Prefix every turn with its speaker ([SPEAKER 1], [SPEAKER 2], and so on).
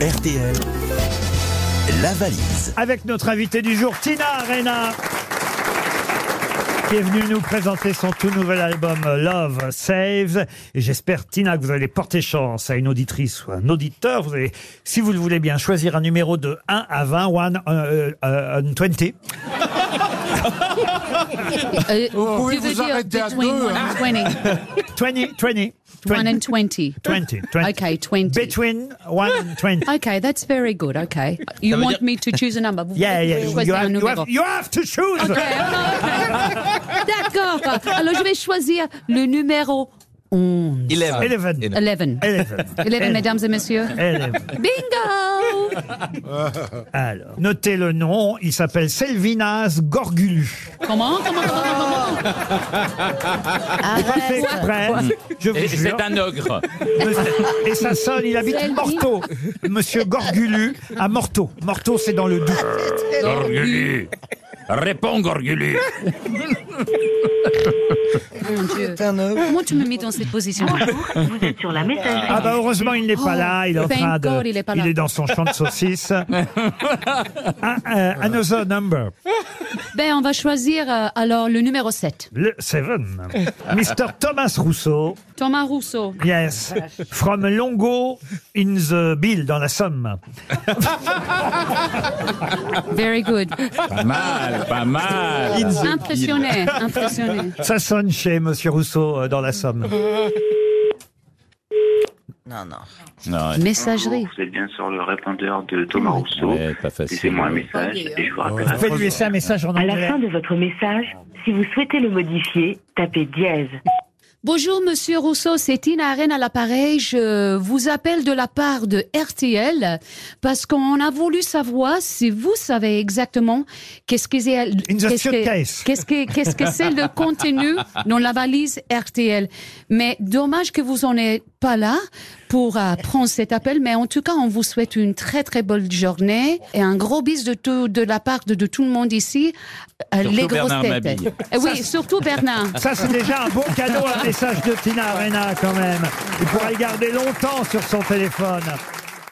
[SPEAKER 1] RTL, la valise.
[SPEAKER 2] Avec notre invitée du jour, Tina Arena. Qui est venue nous présenter son tout nouvel album euh, Love Saves. Et j'espère, Tina, que vous allez porter chance à une auditrice ou un auditeur. Vous allez, si vous le voulez bien, choisir un numéro de 1 à 20, 1 euh, euh, 20.
[SPEAKER 3] Uh,
[SPEAKER 2] Oh.
[SPEAKER 4] Vous pouvez
[SPEAKER 3] do the
[SPEAKER 4] vous
[SPEAKER 3] deal
[SPEAKER 4] arrêter à
[SPEAKER 3] between
[SPEAKER 4] deux,
[SPEAKER 3] 1
[SPEAKER 2] hein?
[SPEAKER 3] and 20.
[SPEAKER 2] 20, 20,
[SPEAKER 3] 1 and
[SPEAKER 2] 20,
[SPEAKER 3] 20.
[SPEAKER 2] 20, 20.
[SPEAKER 3] Okay, 20.
[SPEAKER 2] Between 1 and 20.
[SPEAKER 3] Okay, that's very good. Okay. You want me to choose a number? Vous
[SPEAKER 2] Yeah, yeah,
[SPEAKER 3] voulez que
[SPEAKER 2] you,
[SPEAKER 3] je choisisse
[SPEAKER 2] you
[SPEAKER 3] un
[SPEAKER 2] have, you,
[SPEAKER 3] numéro
[SPEAKER 2] have, you have to choose.
[SPEAKER 3] Ok, oh, ok. D'accord. Alors, je vais choisir le numéro 11.
[SPEAKER 2] 11.
[SPEAKER 3] 11.
[SPEAKER 2] 11.
[SPEAKER 3] 11, mesdames et messieurs.
[SPEAKER 2] 11.
[SPEAKER 3] Bingo!
[SPEAKER 2] Alors, notez le nom, il s'appelle Selvinas Gorgulu.
[SPEAKER 3] Comment? Comment? Comment?
[SPEAKER 2] Pas fait exprès, je vous
[SPEAKER 5] Et
[SPEAKER 2] jure.
[SPEAKER 5] c'est un ogre.
[SPEAKER 2] Monsieur- Et ça sonne, il habite
[SPEAKER 3] Selvi.
[SPEAKER 2] Morteau. Monsieur Gorgulu à Morteau. Morteau, c'est dans le Doubs.
[SPEAKER 5] Gorgulu. Réponds, Gorgulu.
[SPEAKER 3] Mon Dieu. Comment tu me mets dans cette position?
[SPEAKER 6] Vous êtes sur la messagerie.
[SPEAKER 2] Ah bah heureusement, il n'est pas
[SPEAKER 3] Oh,
[SPEAKER 2] là. Il est en
[SPEAKER 3] thank
[SPEAKER 2] train de...
[SPEAKER 3] God, il est pas là.
[SPEAKER 2] dans son champ de saucisses. Ah, euh, another number.
[SPEAKER 3] Ben, on va choisir euh, alors le numéro 7.
[SPEAKER 2] Le seven. Mr. Thomas Rousseau.
[SPEAKER 3] Thomas Rousseau.
[SPEAKER 2] Yes. From Longo in the Bill, dans la Somme.
[SPEAKER 3] Very good.
[SPEAKER 5] Pas mal, pas mal.
[SPEAKER 3] Impressionné, impressionné.
[SPEAKER 2] Ça sonne chez Monsieur Rousseau euh, dans la Somme.
[SPEAKER 5] Non,
[SPEAKER 3] Messagerie.
[SPEAKER 7] Vous êtes bien sur le répondeur de Thomas Rousseau.
[SPEAKER 5] ouais, Eh, pas facile.
[SPEAKER 7] Laissez-moi un message et je vous rappelle.
[SPEAKER 2] Faites lui laisser un message en
[SPEAKER 6] À la
[SPEAKER 2] anglais.
[SPEAKER 6] fin de votre message, si vous souhaitez le modifier, tapez dièse.
[SPEAKER 3] Bonjour, monsieur Rousseau, c'est Tina Arène à l'appareil. Je vous appelle de la part de RTL parce qu'on a voulu savoir si vous savez exactement qu'est-ce que c'est.
[SPEAKER 2] In the
[SPEAKER 3] qu'est-ce que-
[SPEAKER 2] suitcase.
[SPEAKER 3] Qu'est-ce que qu'est-ce que c'est le contenu dans la valise RTL Mais dommage que vous en êtes pas là pour euh, prendre cet appel. Mais en tout cas, on vous souhaite une très très bonne journée et un gros bis de tout de la part de, de tout le monde ici. Euh,
[SPEAKER 5] Surtout
[SPEAKER 3] les grosses
[SPEAKER 5] Bernard
[SPEAKER 3] têtes.
[SPEAKER 5] Mabille.
[SPEAKER 3] Eh oui, surtout Bernard.
[SPEAKER 2] Ça, c'est déjà un bon cadeau, un message de Tina Arena, quand même. Il pourra le garder longtemps sur son téléphone.